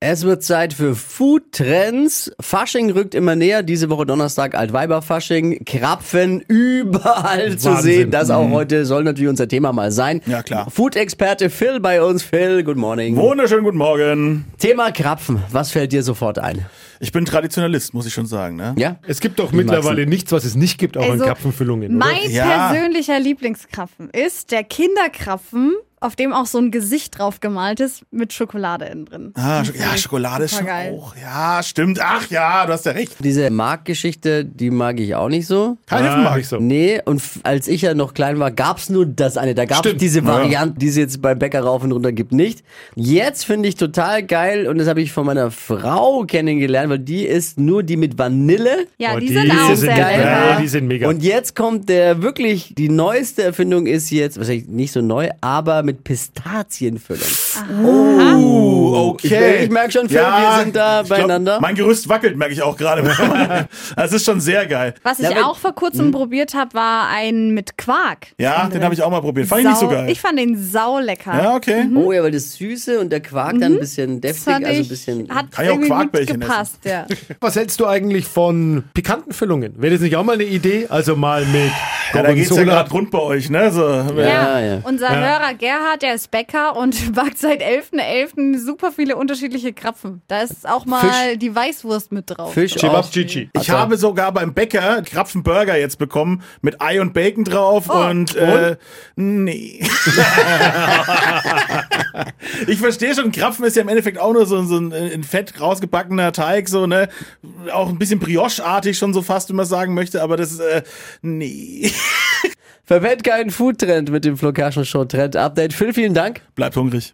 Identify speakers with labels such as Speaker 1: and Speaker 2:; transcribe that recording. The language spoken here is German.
Speaker 1: Es wird Zeit für Food Trends. Fasching rückt immer näher. Diese Woche Donnerstag Altweiberfasching. Krapfen überall zu
Speaker 2: Wahnsinn. Mhm.
Speaker 1: sehen. Das auch heute soll natürlich unser Thema mal sein.
Speaker 2: Ja, klar.
Speaker 1: Food-Experte Phil bei uns. Phil, good morning.
Speaker 2: Wunderschönen guten Morgen.
Speaker 1: Thema Krapfen. Was fällt dir sofort ein?
Speaker 2: Ich bin Traditionalist, muss ich schon sagen, ne?
Speaker 1: Ja?
Speaker 3: Es gibt doch mittlerweile nichts, was es nicht gibt, auch an Krapfenfüllungen. oder?
Speaker 4: Also, Mein
Speaker 2: Ja.
Speaker 4: persönlicher Lieblingskrapfen ist der Kinderkrapfen, auf dem auch so ein Gesicht drauf gemalt ist mit Schokolade innen drin.
Speaker 2: Ah, Sch- ja, Schokolade ist schon
Speaker 4: Supergeil.
Speaker 2: auch. Ja, stimmt. Ach ja, du hast ja recht.
Speaker 1: Diese Marktgeschichte, die mag ich auch nicht so.
Speaker 2: Kein
Speaker 3: Ah,
Speaker 2: Hüpfen mag
Speaker 3: nicht
Speaker 2: ich so.
Speaker 3: so.
Speaker 1: Nee, und f- als ich ja noch klein war, gab's nur das eine. Da gab's
Speaker 3: Stimmt.
Speaker 1: diese Variante, die es jetzt bei Bäcker rauf und runter gibt, nicht. Jetzt finde ich total geil und das habe ich von meiner Frau kennengelernt, weil die ist nur die mit Vanille.
Speaker 4: Ja,
Speaker 3: Oh,
Speaker 4: die sind auch sehr
Speaker 1: geil.
Speaker 3: Ja,
Speaker 4: lecker.
Speaker 3: die sind mega.
Speaker 1: Und jetzt kommt der wirklich, die neueste Erfindung ist jetzt, wahrscheinlich nicht so neu, aber mit Pistazienfüllung.
Speaker 2: Uh, okay.
Speaker 1: Ich- ich merk schon, Phil, wir sind da
Speaker 2: ich glaub,
Speaker 1: beieinander.
Speaker 2: Mein Gerüst wackelt, merke ich auch gerade. das ist schon sehr geil.
Speaker 4: Was ich
Speaker 1: Ja, aber-
Speaker 4: auch vor kurzem probiert habe, war ein mit Quark.
Speaker 2: Ja, den habe ich auch mal probiert. Fand ich nicht so
Speaker 4: Sau-
Speaker 2: geil.
Speaker 4: Ich fand den saulecker.
Speaker 2: ja, okay.
Speaker 1: Oh ja, weil das Süße und der Quark dann ein bisschen
Speaker 4: Mhm. Das
Speaker 1: deftig,
Speaker 4: fand
Speaker 1: also ein
Speaker 4: ich,
Speaker 1: bisschen.
Speaker 2: Kann
Speaker 4: hat
Speaker 2: ich auch
Speaker 4: irgendwie gut
Speaker 2: Quarkbällchen
Speaker 4: gepasst, ja.
Speaker 3: Was hältst du eigentlich von pikanten Füllungen? Wäre das nicht auch mal eine Idee? Also mal mit
Speaker 2: Ja, da geht's ja
Speaker 3: Gorgonzola.
Speaker 2: gerade rund bei euch, ne? So,
Speaker 1: Ja,
Speaker 4: Ja,
Speaker 1: ja.
Speaker 4: unser Hörer Gerhard, der ist Bäcker und backt seit 11.11. super viele unterschiedliche Krapfen. Da ist auch mal
Speaker 1: Fisch.
Speaker 4: die Weißwurst mit drauf.
Speaker 1: Fisch
Speaker 3: Chibab
Speaker 1: auf.
Speaker 3: Chichi.
Speaker 2: Ich habe sogar beim Bäcker Krapfen Burger jetzt bekommen mit Ei und Bacon drauf und, äh, nee. ich verstehe schon, Krapfen ist ja im Endeffekt auch nur so, so ein in Fett rausgebackener Teig, so ne, auch ein bisschen Brioche-artig schon so fast, wenn man sagen möchte, aber das ist, äh, nee.
Speaker 1: Verwendet keinen Foodtrend mit dem Flokaschen Show Trend Update. Phil, vielen Dank.
Speaker 2: Bleibt hungrig.